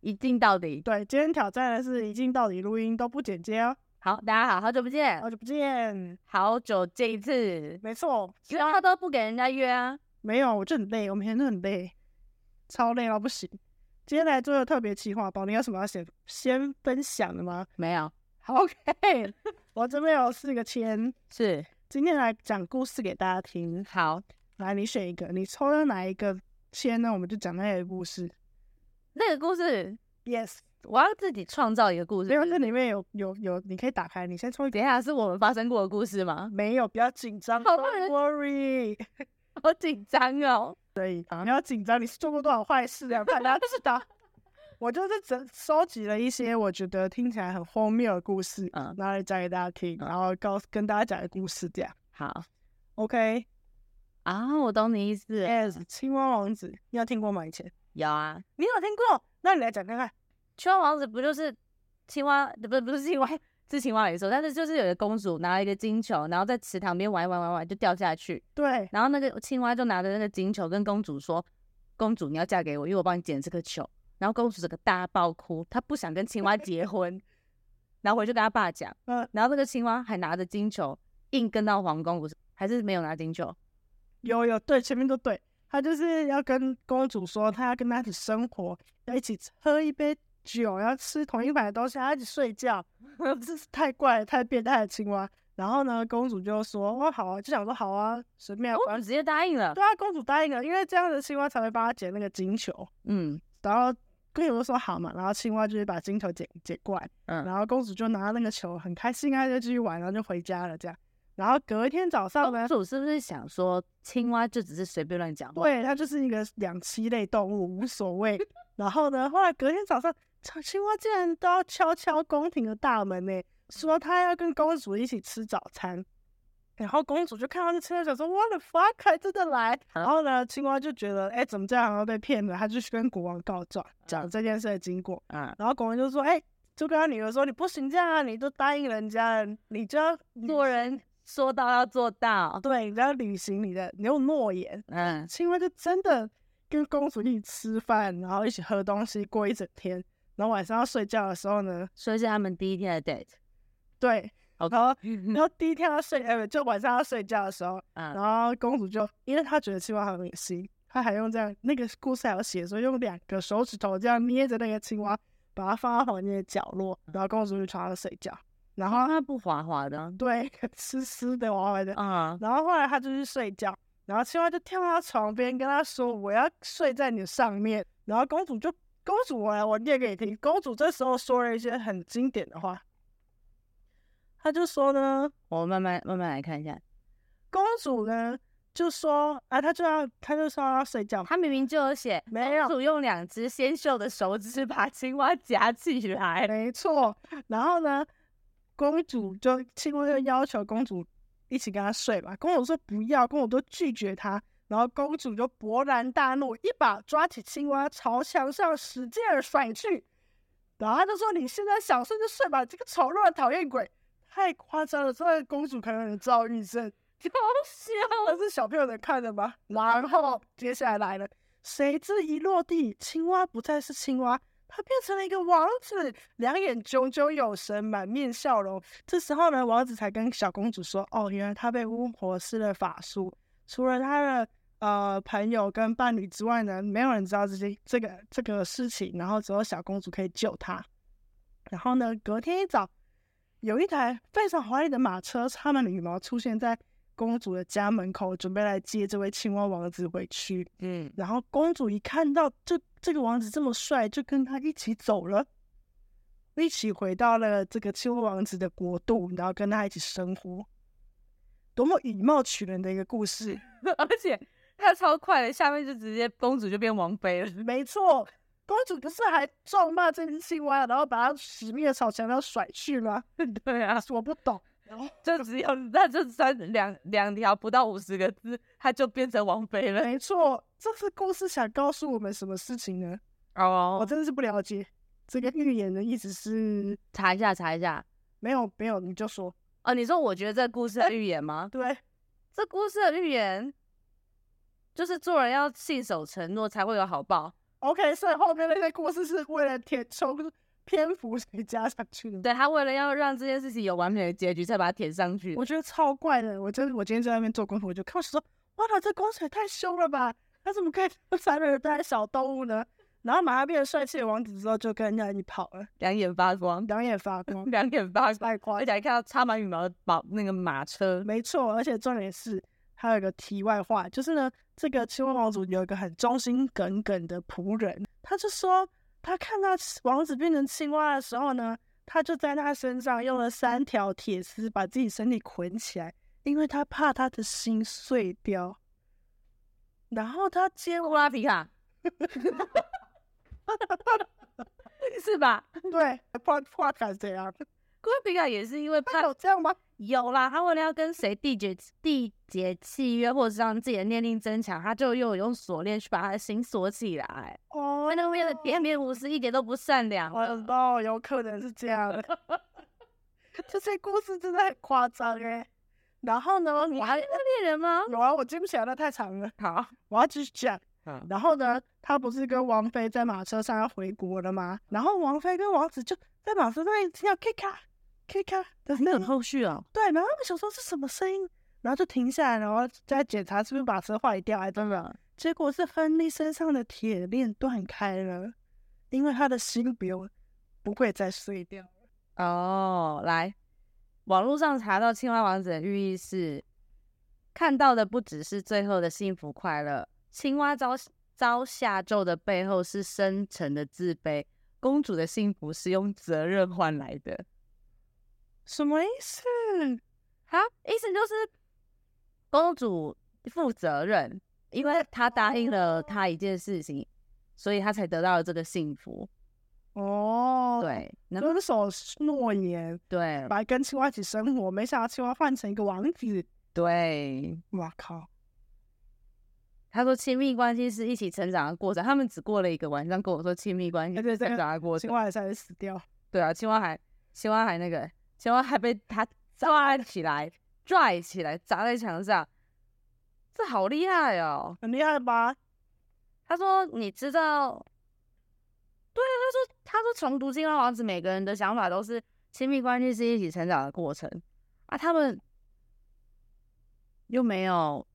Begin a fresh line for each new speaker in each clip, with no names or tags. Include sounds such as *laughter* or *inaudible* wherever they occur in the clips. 一镜到底。
对，今天挑战的是一镜到底录音都不剪接哦，
好，大家好，好久不见
好，久不见。
好久见一次，
没错，
因为他都不给人家约啊。
没有，我就很累，我每天都很累，超累到不行。今天来做个特别企划包，你有什么要先先分享的吗？
没有，
好，OK，我这边有四个签，
*laughs* 是
今天来讲故事给大家听。
好，
来，你选一个，你抽到哪一个签呢？我们就讲那个故事。
那个故事
Yes，
我要自己创造一个故事。
没有，这里面有有有，你可以打开，你先抽一个。
等一下是我们发生过的故事吗？ *laughs*
没有，不要紧张
好让
，Don't
人
worry。
好紧张哦。
你要紧张，你是做过多少坏事啊？看大家知道。 *laughs* 我就是整收集了一些我觉得听起来很荒谬的故事，
嗯
然后来讲给大家听，然后告诉跟大家讲的故事这样。
好
OK，Yes，、
啊，我懂你意思。
青蛙王子，你有听过吗？以前
有啊，
你有听过？那你来讲看看。
青蛙王子不就是青蛙？不是不是青蛙， *laughs* 是青蛙没错。但是就是有一个公主拿了一个金球，然后在池塘边玩一玩玩一玩就掉下去，
对，
然后那个青蛙就拿着那个金球跟公主说：“公主你要嫁给我，因为我帮你捡这个球。”然后公主整个大爆哭，她不想跟青蛙结婚，然后回去跟她爸讲，
嗯
然后那个青蛙还拿着金球硬跟到皇宫，不是还是没有拿金球，
哦有有对，前面都对。他就是要跟公主说，他要跟她一起生活，要一起喝一杯酒，要吃同一盘的东西，还要一起睡觉， *laughs* 这是太怪了、太变态的青蛙。然后呢，公主就说：“哦，好啊，就想说好啊，随便啊。
公
反
主
正
直接答应了。
对啊，公主答应了，因为这样的青蛙才会帮她捡那个金球。
嗯
然后公主就说好嘛，然后青蛙就会把金球捡捡过来，
嗯
然后公主就拿到那个球，很开心啊，就继续玩，然后就回家了这样。然后隔一天早上
公，
呢
主是不是想说青蛙就只是随便乱讲话？
对，它就是一个两栖类动物，无所谓。然后呢，后来隔天早上，小青蛙竟然都要敲敲宫廷的大门呢，说它要跟公主一起吃早餐。然后公主就看到这青蛙，想说 What the fuck，还真的来。然后呢，青蛙就觉得，哎，怎么这样，好像被骗了，他就去跟国王告状，讲
嗯
这件事的经过。
啊，
然后国王就说，哎，就跟他女儿说，你不行这样啊，你都答应人家了，你就要履
做人说到要做到。
对，你要履行你的，你有诺言。
嗯，
青蛙就真的跟公主一起吃饭，然后一起喝东西，过一整天。然后晚上要睡觉的时候呢，
所以是他们第一天的 date。
对，
OK
然后然后第一天要睡，呃，就晚上要睡觉的时候，
嗯
然后公主就因为她觉得青蛙很恶心，她还用这样那个故事还有写说用两个手指头这样捏着那个青蛙，把它放到房间的角落，然后公主就床上睡觉，然
*laughs*
后
它不滑滑的
对 *laughs* 湿湿的娃娃的，
啊，
然后后来他就去睡觉，然后青蛙就跳到他床边，跟他说：“我要睡在你上面。”然后公主就公主我来我念给你听。公主这时候说了一些很经典的话，她就说呢，
我慢慢慢慢来看一下。
公主呢就说啊，她就要她就说要睡觉，
它明明就有写，
没有
公主用两只纤秀的手指把青蛙夹起来。
没错。然后呢，公主就青蛙就要求公主一起跟她睡吧，公主说不要，公主都拒绝她。然后公主就勃然大怒，一把抓起青蛙朝墙上使劲的甩去。然后她就说：“你现在想睡就睡吧，这个丑陋的讨厌鬼！”太夸张了，这个公主可能有躁郁症。
搞
*laughs*
笑，
那是小朋友能看的吗？然后接下来来了，谁知一落地，青蛙不再是青蛙，它变成了一个王子，两眼炯炯有神，满面笑容。这时候呢，王子才跟小公主说：“哦，原来他被巫婆施了法术，除了他的呃朋友跟伴侣之外呢，没有人知道这些这个这个事情，然后只有小公主可以救他。然后呢，隔天一早，有一台非常华丽的马车插满了羽毛出现在公主的家门口，准备来接这位青蛙王子回去。
嗯，
然后公主一看到这这个王子这么帅，就跟他一起走了，一起回到了这个青蛙王子的国度，然后跟他一起生活。多么以貌取人的一个故事！
*laughs* 而且它超快的，下面就直接公主就变王妃了。 *laughs*
没错，公主不是还咒骂这只青蛙，然后把它死命的朝墙上甩去吗？
对啊，
我不懂。然后
就只有那就三两两条不到五十个字，它就变成王妃了。
没错，这次故事想告诉我们什么事情呢？
哦
我真的是不了解。这个预言的意思是
查一下查一下。
没有没有，你就说
哦，你说我觉得这故事的预言吗？ *laughs*
对，
这故事的预言就是做人要信守承诺才会有好报。
OK，所以后面那些故事是为了填充篇幅 *laughs* 才加上去的吗。
对他为了要让这件事情有完美的结局，才把它填上去的。
我觉得超怪的，我真的我今天在外面做功课，我就看我想说，哇操，这公主也太凶了吧！他怎么可以当三人带小动物呢？然后马上变成帅气的王子之后，就跟人家一起跑了，
两眼发光，
两眼发光，
*laughs* 两眼发光，
太夸
而
张。
且还看到插满羽毛的马那个马车，
没错，而且重点是还有一个题外话，就是呢，这个青蛙王族有一个很忠心耿耿的仆人，他就说他看到王子变成青蛙的时候呢，他就在他身上用了三条铁丝把自己身体捆起来，因为他怕他的心碎掉。然后他接
布拉皮卡， *laughs* 是吧？
对， *laughs* 不然不然敢怎样？
布拉皮卡也是因为怕
他有这样吗？
有啦，他为了要跟谁缔结缔结契约，或者是让自己的念力增强，他就又有用锁链去把他的心锁起来。
哦
我那边的边边无私，一点都不善良。
我知道，有可能是这样的。 *laughs* 这些故事真的很夸张哎。然后呢，
你
我
还
还
是猎人吗？
有啊，我记不起来了，太长了，
好，
我要继续讲。
嗯
然后呢，他不是跟王妃在马车上要回国了吗？然后王妃跟王子就在马车上一直听到 “k 咔 k 咔”的
没
那
有
种，
后续哦。
对，然后他们想说是什么声音，然后就停下来，然后再检查是不是马车坏掉，还是
真的，
结果是亨利身上的铁链断开了，因为他的心不用不会再碎掉。
哦，来，网络上查到青蛙王子的寓意是，看到的不只是最后的幸福快乐，青蛙遭遭下咒的背后是深沉的自卑，公主的幸福是用责任换来的。
什么意思？
好，意思就是公主负责任，因为她答应了他一件事情，所以她才得到了这个幸福。
哦，，
对，然后
遵守诺言，
对
来跟青蛙一起生活，没想到青蛙换成一个王子，
对，
哇靠！
他说亲密关系是一起成长的过程，他们只过了一个晚上跟我说亲密关系
而
是
且哎这
成
个
长的过
青
程。
蛙还差点死掉。
对啊，青蛙还青蛙还那个青蛙还被他抓起来拽起来砸在墙上，这好厉害哦！
很厉害吧？
他说：“你知道，对，啊他说，他说重读《青蛙王子》，每个人的想法都是亲密关系是一起成长的过程啊，他们又没有。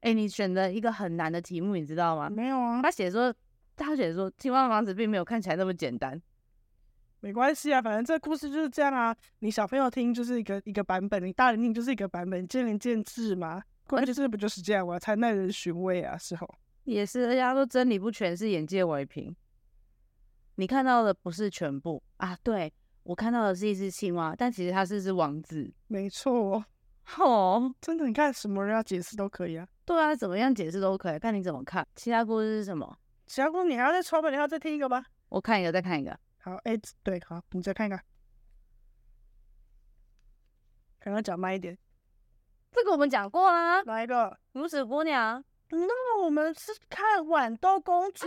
哎、你选的一个很难的题目，你知道吗？
没有啊，
他写说，他写说，《青蛙王子》并没有看起来那么简单。
没关系啊，反正这故事就是这样啊。你小朋友听就是一个一个版本，你大人听就是一个版本，见仁见智嘛。关键是不就是这样吗？才耐人寻味啊，事后。
也是，而且他说真理不全是眼界为凭，你看到的不是全部啊。对我看到的是一只青蛙，但其实它是只王子。
没错，
*laughs* 哦，
真的，你看什么人要解释都可以啊。
对啊，怎么样解释都可以，看你怎么看。其他故事是什么？
其他故事你还要再抄本，你还要再听一个吗？
我看一个，再看一个。
好，哎、对，好，你再看一看。刚刚讲慢一点，
这个我们讲过啦，《
哪一个？
拇指姑娘》
那我们是看豌
*laughs*
豆公主，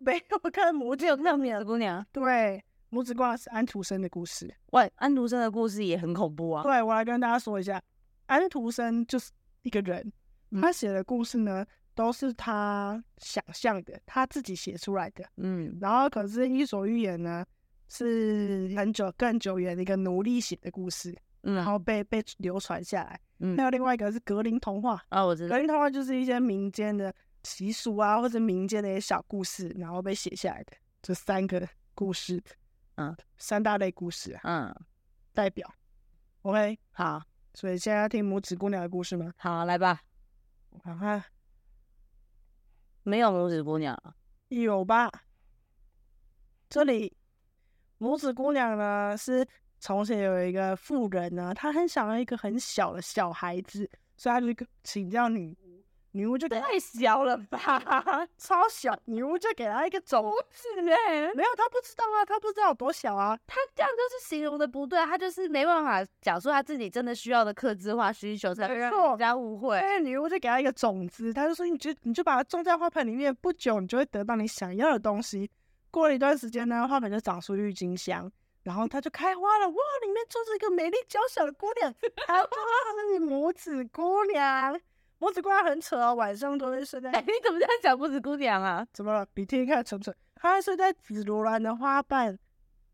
没有看母
只有看《拇指姑娘》。
对，拇指挂是安徒生的故事。
喂，安徒生的故事也很恐怖啊。
对我来跟大家说一下，安徒生就是一个人，
嗯
他写的故事呢都是他想象的，他自己写出来的。
嗯，
然后可是《伊索寓言》呢，是很久更久远的一个奴隶写的故事，
嗯
然后被被流传下来。
嗯
还有另外一个是格林童话，
啊，我知道
格。林童话就是一些民间的习俗啊，或者民间的一些小故事，然后被写下来的。这三个故事，
嗯，
三大类故事啊
嗯，
代表。OK，
好，
所以现在要听拇指姑娘的故事吗？
好，来吧。
我看看，
没有拇指姑娘，
有吧？这里拇指姑娘呢是从前有一个妇人呢，她很想要一个很小的小孩子，所以她就跟请教女巫，女巫就给她
太小了 *laughs* 吧？
超小，女巫就给她一个种
是嘞，
没有，她不知道啊，她不知道有多小啊。
他这样就是形容的不对，啊他就是没办法讲述他自己真的需要的克制化需求，才会让
没错
人家误会。 *laughs*
但是女巫就给她一个种子，她就说你就你就把它种在花盆里面，不久你就会得到你想要的东西。过了一段时间呢，花盆就长出郁金香，然后它就开花了，哇，里面住着一个美丽娇小的姑娘，她就是拇指姑娘。拇指姑娘很扯哦，晚上都会睡在
哎，你怎么这样讲拇指姑娘啊？
怎么了？比天看沉沉，它是在紫罗兰的花瓣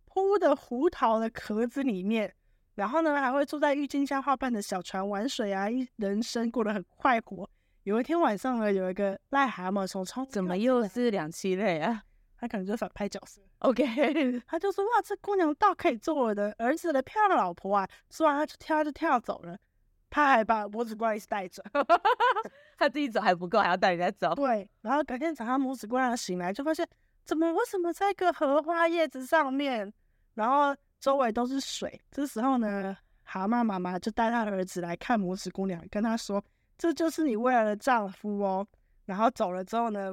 铺的胡桃的壳子里面，然后呢还会坐在郁金香花瓣的小船玩水啊，一人生过得很快活。有一天晚上呢，有一个癞蛤蟆从窗户
怎么
跳
又
进来
是两栖类啊
他可能就是反派角色，
？OK， *laughs*
他就说哇，这姑娘倒可以做我的儿子的漂亮老婆啊！说完他就跳就跳走了，他还把拇指怪一起带走。
他自己走还不够，还要带人家走。
对，然后隔天早上拇指姑娘醒来就发现，怎么为什么在一个荷花叶子上面，然后周围都是水？这时候呢，蛤蟆妈妈就带她儿子来看拇指姑娘，跟她说：“这就是你未来的丈夫哦。”然后走了之后呢，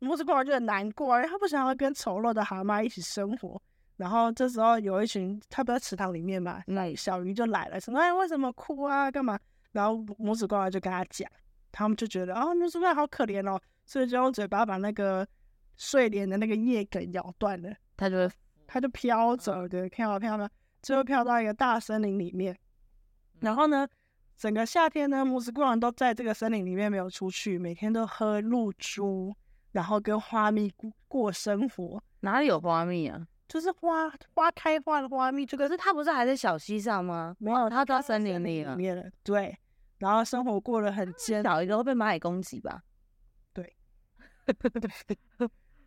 拇指姑娘就很难过，因为她不想要跟丑陋的蛤蟆一起生活。然后这时候有一群，她不在池塘里面嘛，
那
小鱼就来了，说：“哎，为什么哭啊？干嘛？”然后拇指姑娘就跟他讲，他们就觉得哦，那是不是好可怜哦？所以就用嘴巴把那个睡莲的那个叶给咬断了，
他就会
它就飘
嗯
走的，飘啊飘啊飘啊，最后飘到一个大森林里面。
嗯
然后呢，整个夏天呢，拇指姑娘都在这个森林里面没有出去，每天都喝露珠，然后跟花蜜过过生活，
哪里有花蜜啊？
就是花花开花的花蜜，就跟
可是他不是还在小溪上吗？
没有，
他
它
到
在
森林里
里
了。
面了。对，然后生活过得很艰难，
小一个会被蚂蚁攻击吧？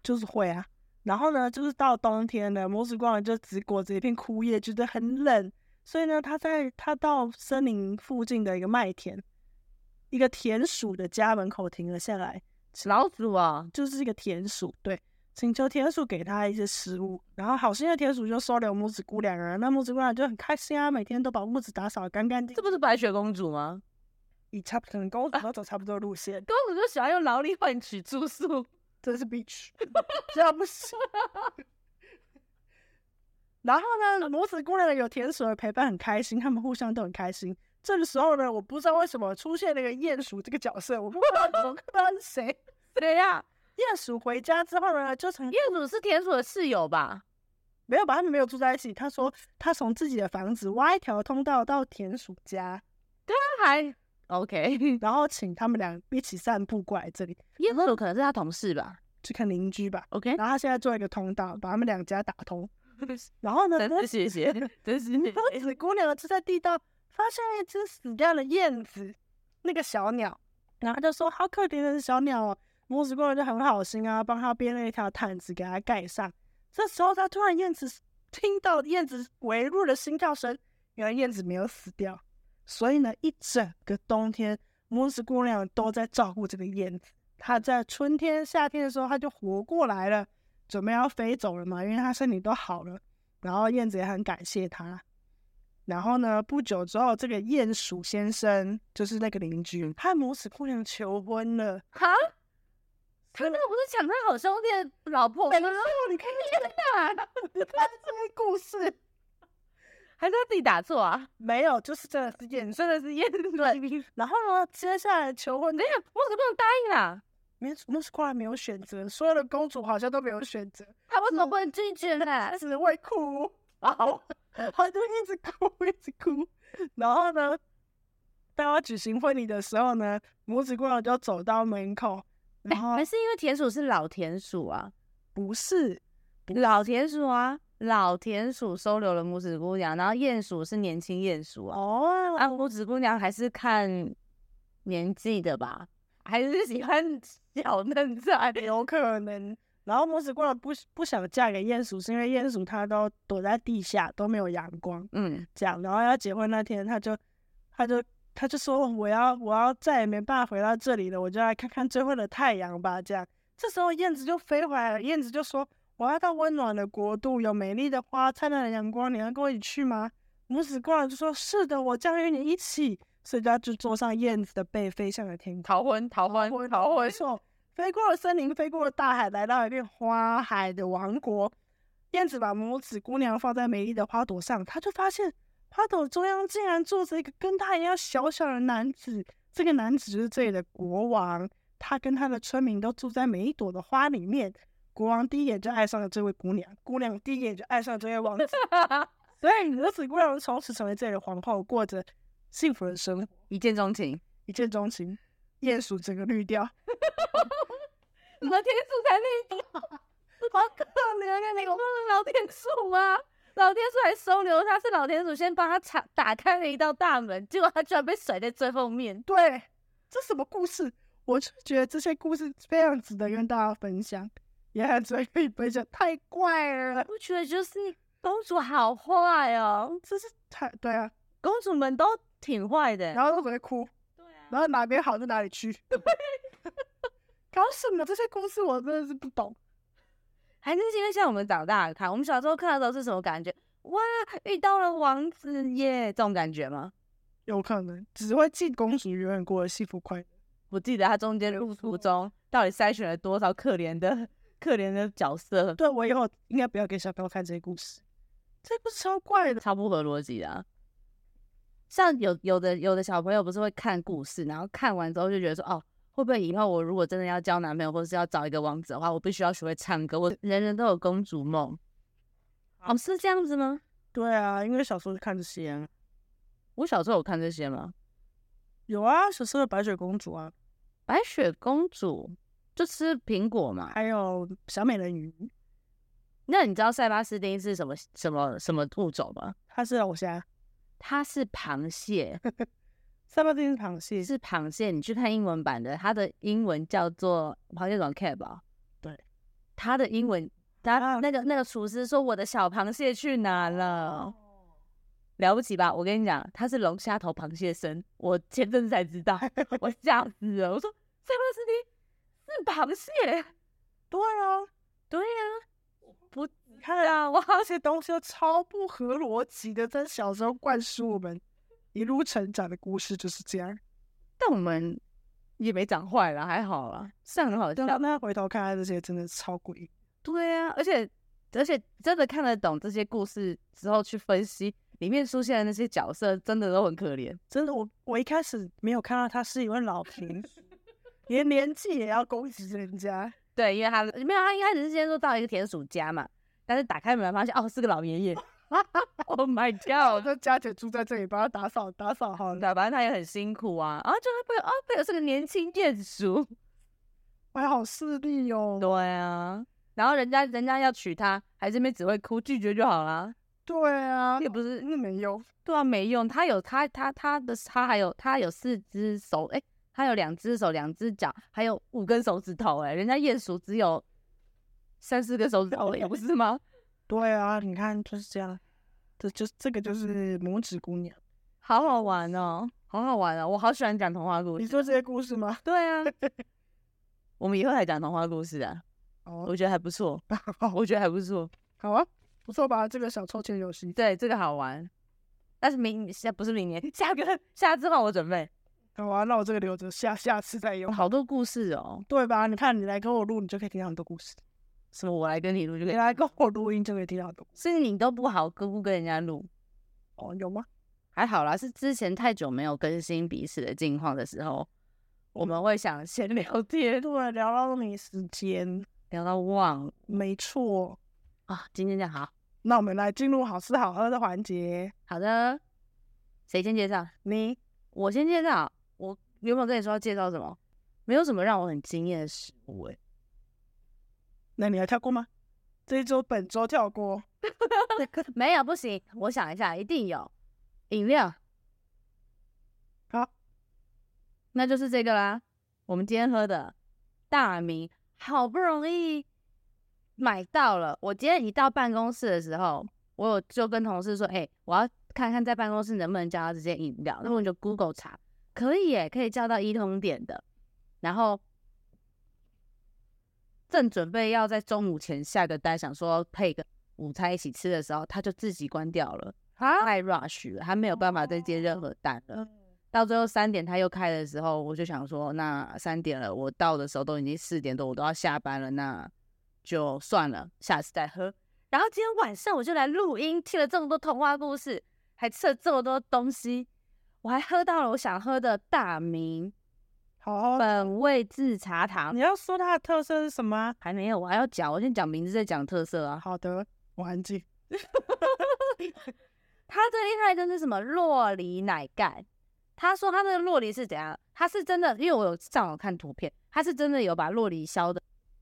就是会啊。然后呢，就是到冬天了，拇指光人就只裹着一片枯叶，觉得很冷，所以呢，他在他到森林附近的一个麦田，一个田鼠的家门口停了下来，
老鼠啊，
就是一个田鼠，对，请求田鼠给他一些食物。然后好心的田鼠就收留拇指姑娘啊，那拇指姑娘就很开心啊，每天都把屋子打扫得干干净
这
净，
不是白雪公主吗？
以差不多跟我走差不多的路线，
公主就喜欢用劳力换取住宿。
这是 *laughs* bitch，这样不行。 *laughs* 然后呢，拇指姑娘有田鼠的陪伴，很开心，他们互相都很开心。这个时候呢，我不知道为什么出现了一个鼹鼠这个角色，我不知道怎么不知道是谁。
谁呀、
鼹鼠回家之后呢，就从
鼹鼠是田鼠的室友吧？
没有把他们没有住在一起。他说他从自己的房子挖一条通道到田鼠家，
他还 OK。
然后请他们俩一起散步过来这里，
鼹鼠可能是他同事吧
去看邻居吧。
？OK，
然后他现在做一个通道，把他们两家打通。然后呢，
*laughs* 真是谢谢，真是谢
公子姑娘就在地道发现了一只死掉的燕子，那个小鸟，然后就说好可怜的小鸟哦。拇指姑娘就很好心啊，帮她编了一条毯子给它盖上。这时候，她突然燕子听到燕子微弱的心跳声，原来燕子没有死掉。所以呢，一整个冬天，拇指姑娘都在照顾这个燕子。她在春天、夏天的时候，她就活过来了，准备要飞走了嘛，因为她身体都好了。然后燕子也很感谢她。然后呢，不久之后，这个鼹鼠先生就是那个邻居，他母子姑娘求婚了。
*laughs* 哈，可是那个不是抢他好兄弟的老婆吗？
哦你看 *laughs*
天哪，
这个故事
还是他自己打错啊？
没有，就是真的是鼹鼠。
真的是鼹鼠。
然后呢，接下来求婚，
等一下，我怎么不能答应啊啦？
没母子姑娘没有选择，所有的公主好像都没有选择，
他啊为什么啊不能拒绝呢？
她只会哭，
好，
她就一直哭，一直哭。然后呢，当要举行婚礼的时候呢，母子姑娘就走到门口，然后
还哎是因为田鼠是老田鼠啊？
不是
老田鼠啊，老田鼠收留了拇指姑娘，然后鼹鼠是年轻鼹鼠啊。
哦
啊，拇指姑娘还是看年纪的吧，还是喜欢 *laughs* 小嫩菜？
哎有可能。然后拇指姑娘不不想嫁给鼹鼠，是因为鼹鼠它都躲在地下，都没有阳光
嗯，
这样。然后要结婚那天，她就她就她就说我要我要再也没办法回到这里了，我就来看看最后的太阳吧。这样，这时候燕子就飞回来了，燕子就说我要到温暖的国度，有美丽的花，灿烂的阳光，你要跟我一起去吗？拇指姑娘就说是的，我将与你一起。所以她就坐上燕子的背，飞向了天空。
逃婚，逃婚
魂魂兽，飞过了森林，飞过了大海，来到一片花海的王国。燕子把拇指姑娘放在美丽的花朵上，她就发现花朵中央竟然坐着一个跟她一样小小的男子。这个男子就是这里的国王，他跟他的村民都住在每一朵的花里面。国王第一眼就爱上了这位姑娘，姑娘第一眼就爱上了这位王子，所以拇指姑娘从此成为这里的皇后，过着幸福的生活，
一见钟情。
一见钟情。鼹鼠整个绿掉，好
什么天数才绿？
*laughs* 可怜啊那
你
个
不是老天鼠吗？老天鼠还收留他，是老天鼠先帮他打打开了一道大门，结果他居然被甩在最后面。
对，这什么故事？我就觉得这些故事非常值得跟大家分享，也很值得跟你分享，太怪了，
我觉得就是公主好坏哦，
这是太对啊。
公主们都挺坏的。
然后都只会哭，
对啊，
然后哪边好就哪里去。 *laughs* 搞什么？这些故事我真的是不懂。
还是因为现在我们长大了看，我们小时候看的时候是什么感觉？哇，遇到了王子耶，这种感觉吗？
有可能只会记公主永远过得幸福快乐。
不记得他中间路途中到底筛选了多少可怜的 *laughs* 可怜的角色，
对我以后应该不要给小朋友看这些故事，这不是超怪的。
超不合逻辑的啊、像有有的有的小朋友不是会看故事，然后看完之后就觉得说，哦，会不会以后我如果真的要交男朋友，或者是要找一个王子的话，我必须要学会唱歌。我人人都有公主梦，哦，是这样子吗？
对啊，因为小时候就看这些、啊，
我小时候有看这些吗？
有啊，小时候的白雪公主啊，
白雪公主就吃苹果嘛。
还有小美人鱼，
那你知道塞巴斯汀是什么什么什么物种吗？
她是龙虾，
它是螃蟹，
三八丁是螃蟹，
是螃蟹。你去看英文版的，它的英文叫做螃蟹软 c a b 吧？
对，
它的英文，它、
啊
那个那个厨师说我的小螃蟹去哪
哦
了？了不起吧？我跟你讲，它是龙虾头螃蟹身，我前阵子才知 *laughs* 道，我吓死了。我说塞巴斯汀是螃蟹，
对啊，
对呀、不知
你看
道啊。
这些东西都超不合逻辑的，在小时候灌输我们一路成长的故事就是这样。
但我们也没长坏了，还好啦，啊上很好
但
笑。
那回头看看这些，真的超诡异。
对啊，而且而且真的看得懂这些故事之后去分析里面出现的那些角色，真的都很可怜。
真的，我我一开始没有看到他是一位老平，连年纪也要攻击人家，
对，因为他没有，他一开始是先说到一个田鼠家嘛，但是打开门发现哦是个老爷 *laughs* 爷，Oh my
我
god！
说佳姐住在这里，帮他打扫打扫好了，
对，啊反正他也很辛苦啊，然后就会被哦被是个年轻鼹鼠，
我好势利哦。
对啊，然后人家人家要娶她，还这边只会哭拒绝就好啦，
对啊，
也不是
真的没有，
对啊，没用。他有他他他的他还有他有四只手，诶，他有两只手、两只脚，还有五根手指头、诶，人家鼹鼠只有三四根手指头而已，不是吗？ *laughs*
对啊，你看就是这样，这就这个就是拇指姑娘。
好好玩哦，好好玩哦，我好喜欢讲童话故
你
事。
说这些故事吗？ *laughs*
对啊，我们以后来讲童话故事啊，
哦，
我觉得还不错， *laughs* 我觉得还不错。
好啊，不错吧？这个小抽签游戏，
对，这个好玩。但是明下不是明年，下个下次换我准备，
好啊，那我这个留着下下次再用，
好多故事哦。
对吧？你看你来跟我录，你就可以听到很多故事；
什么我来跟你录就可
你
以，
来跟我录音，就可以听到很多故事。
是你都不好跟不跟人家录。
哦，有吗？
还好啦，是之前太久没有更新彼此的近况的时候，我们会想先聊 *laughs* 天，
对，聊到你时间，
聊到忘了
没错。
啊。今天这样好，
那我们来进入好吃好喝的环节。
好的，谁先介绍？
你
我先介绍。我原本跟你说要介绍什么，没有什么让我很惊艳的食物、欸，
那你要跳过吗？这一周本周跳过，
*laughs* 没有不行，我想一下，一定有饮料，
好，
那就是这个啦。我们今天喝的大明，好不容易买到了。我今天一到办公室的时候，我有就跟同事说，哎、我要看看在办公室能不能叫到这些饮料。那我就 Google 查，可以耶，可以叫到一通点的。然后正准备要在中午前下个单，想说配个午餐一起吃的时候，他就自己关掉了，
啊，
太 rush 了，他没有办法再接任何单了。到最后三点他又开的时候，我就想说，那三点了，我到的时候都已经四点多，我都要下班了，那就算了，下次再喝。然后今天晚上我就来录音，听了这么多童话故事，还吃了这么多东西，我还喝到了我想喝的大明
好，
本味制茶糖
哦你。要说它的特色是什么啊？
还没有，我还要讲，我先讲名字，再讲特色啊。
好的，我安静。
它最厉害的就是什么洛梨奶盖，他说他那个洛梨是怎样？他是真的，因为我有上网看图片，他是真的有把洛梨削的，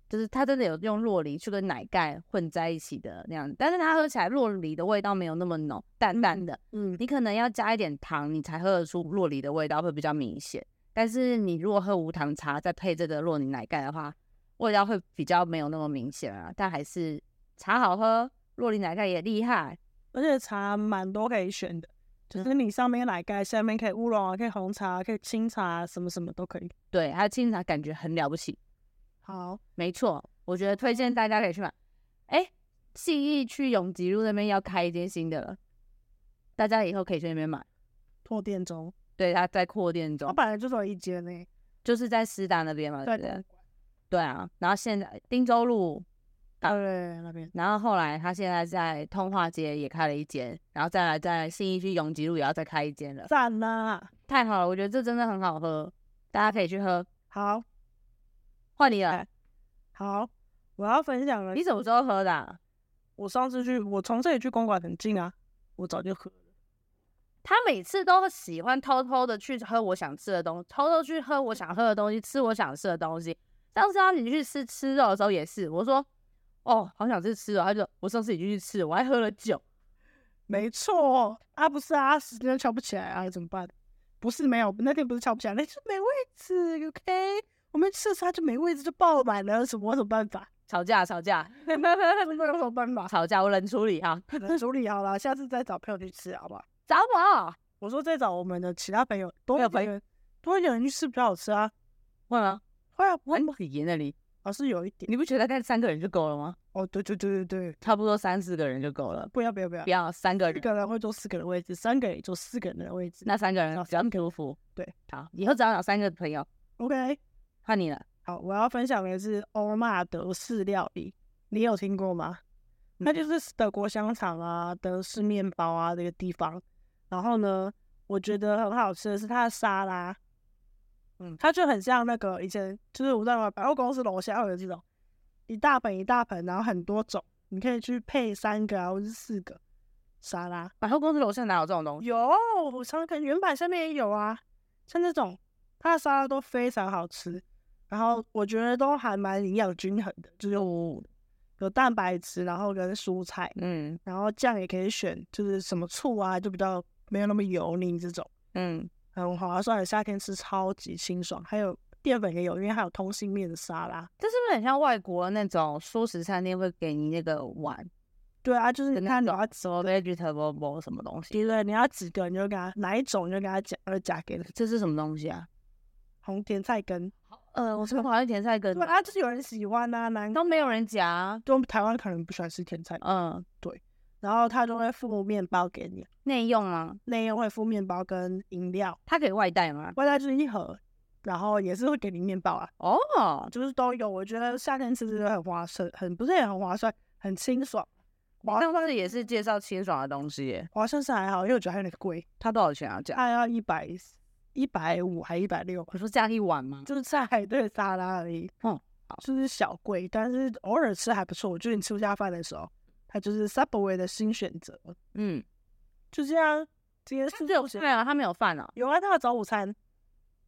就是他真的有用洛梨去跟奶盖混在一起的那样子。但是它喝起来洛梨的味道没有那么浓，淡淡的。
嗯，
你可能要加一点糖，你才喝得出洛梨的味道会比较明显。但是你如果喝无糖茶，再配这个洛梨奶盖的话，味道会比较没有那么明显啊。但还是茶好喝，洛梨奶盖也厉害。
而且茶蛮多可以选的，就是
嗯
你上面奶盖，下面可以乌龙啊，可以红茶，可以清茶，啊什么什么都可以。
对，它的清茶感觉很了不起。
好，
没错，我觉得推荐大家可以去买。哎，信义区永吉路那边要开一间新的了，大家以后可以去那边买。
拓店中，
对，它在扩店中
我。本来就只有一间呢、
就是在师大那边嘛，哦对
对
不对？对啊，然后现在汀州路，啊
对，那边
然后后来他现在在通化街也开了一间，然后再来在信义区永吉路也要再开一间了，
赞啦、
太好了！我觉得这真的很好喝，大家可以去喝。
好
换你了，
好，
我要分享了
你，什么时候喝的啊、
我上次去，我从这里去公馆很近啊，我早就喝了。
他每次都喜欢偷偷的去喝我想吃的东西，偷偷去喝我想喝的东西，吃我想吃的东西。上次他你去吃吃肉的时候也是，我说哦，好想吃吃哦，他就说我上次已经去吃了，我还喝了酒。
没错啊，不是啊，时间敲不起来啊，怎么办？不是没有，那天不是敲不起来，那是没位置，OK，我们吃啥就没位置就爆满了，有什么有什么办法？ *laughs*
吵架，吵架，
真的有什么办法？
吵架，我冷处理哈。
处理好了，下次再找朋友去吃，好不好？
找我
我说再找我们的其他朋友，多
没有
一
朋
点人，多一点人去吃比较好吃啊。
会吗？
会啊，不会
很
吗？
体那里，
还是有一点。
你不觉得带三个人就够了吗？
哦，对对对对对，
差不多三四个人就够了，
不要不要不要
不，要三个
一
人，
个人会坐四个人的位置，三个人也坐四个人的位置。
那三个人比较舒服。
对，
好，以后只要找三个朋友，
OK，
换你了。
好，我要分享的是欧玛德式料理，你有听过吗？那就是德国香肠啊、德式面包啊这个地方。然后呢，我觉得很好吃的是它的沙拉，嗯，它就很像那个以前就是我在百货公司楼下会有这种一大盆一大盆，然后很多种，你可以去配三个啊或是四个沙拉。
百货公司楼下哪有这种东西？
有，我常看原版下面也有啊，像这种它的沙拉都非常好吃，然后我觉得都还蛮营养均衡的，就是有有蛋白质，然后跟蔬菜，
嗯
然后酱也可以选，就是什么醋啊，就比较没有那么油腻这种，
嗯，
很划算，夏天吃超级清爽，还有淀粉也有，因为还有通心面的沙拉。
这是不是很像外国那种素食餐厅会给你那个碗，
对啊，就是
跟
你
那
看你
种
要
什么 vegetable bowl 什么东西？
对对，你要几个你就给他哪一种你就给他夹，呃夹给你
这是什么东西啊？
红甜菜根。
呃，我是好像甜菜根
对
的，
啊，就是有人喜欢啊，难
都没有人夹啊。
就台湾可能不喜欢吃甜菜，
嗯，
然后他就会附面包给你，
内用吗？
内用会附面包跟饮料，
它可以外带吗？
外带就是一盒，然后也是会给你面包啊，
哦，
就是都有。我觉得夏天吃这个很划算，很不是也很划算，很清爽。划
上次也是介绍清爽的东西耶，
划算是还好，因为我觉得还有点贵，
它多少钱啊？这样
大概要一百一百五还一百六吧，
你说这样一碗吗？
就是菜对沙拉而已。
嗯好
就是小贵，但是偶尔吃还不错。我觉得你吃不下饭的时候，它就是 Subway 的新选择。
嗯，
就这样，今天是
是有饭啊，它没有饭啊。
有啊，他有早午餐，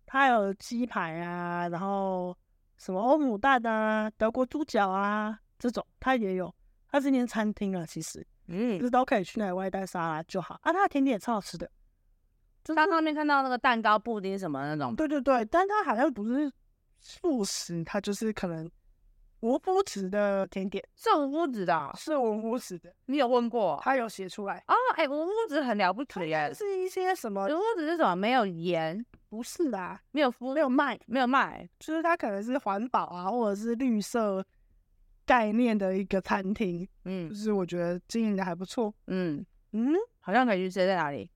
他有鸡排啊，然后什么欧姆蛋啊、德国猪脚啊这种，他也有。它是一间餐厅啊，其实就
嗯，
是都可以去那里外带沙拉就好啊。它的甜点也超好吃的，
就它上面看到那个蛋糕、布丁什么那种，
对对对，但它好像不是素食，它就是可能无麸质的甜点，
是无麸质的啊、
是无麸质的，
你有问
*laughs*
过？
它有写出来，
哦，哎、无麸质很了不起耶
它，是一些什
无
么？
麸质是什么？没有盐，
不是啦，
没有麸，没有麦，没有麦。
就是它可能是环保啊，或者是绿色概念的一个餐厅，就
嗯
是我觉得经营的还不错。
嗯，
嗯，
好像可以去吃，在哪里？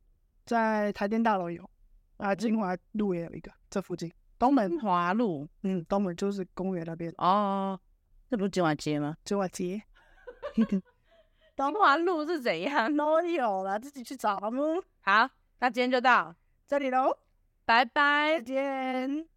在台电大楼有啊，金华路也有一个，这附近东门
金，华路
嗯，东门就是公园那边
哦，这不是金华街吗？
金华街
金华路是怎样？
啊都有了，自己去找好吗？
好，那今天就到
这里喽，
拜
再
拜。
见。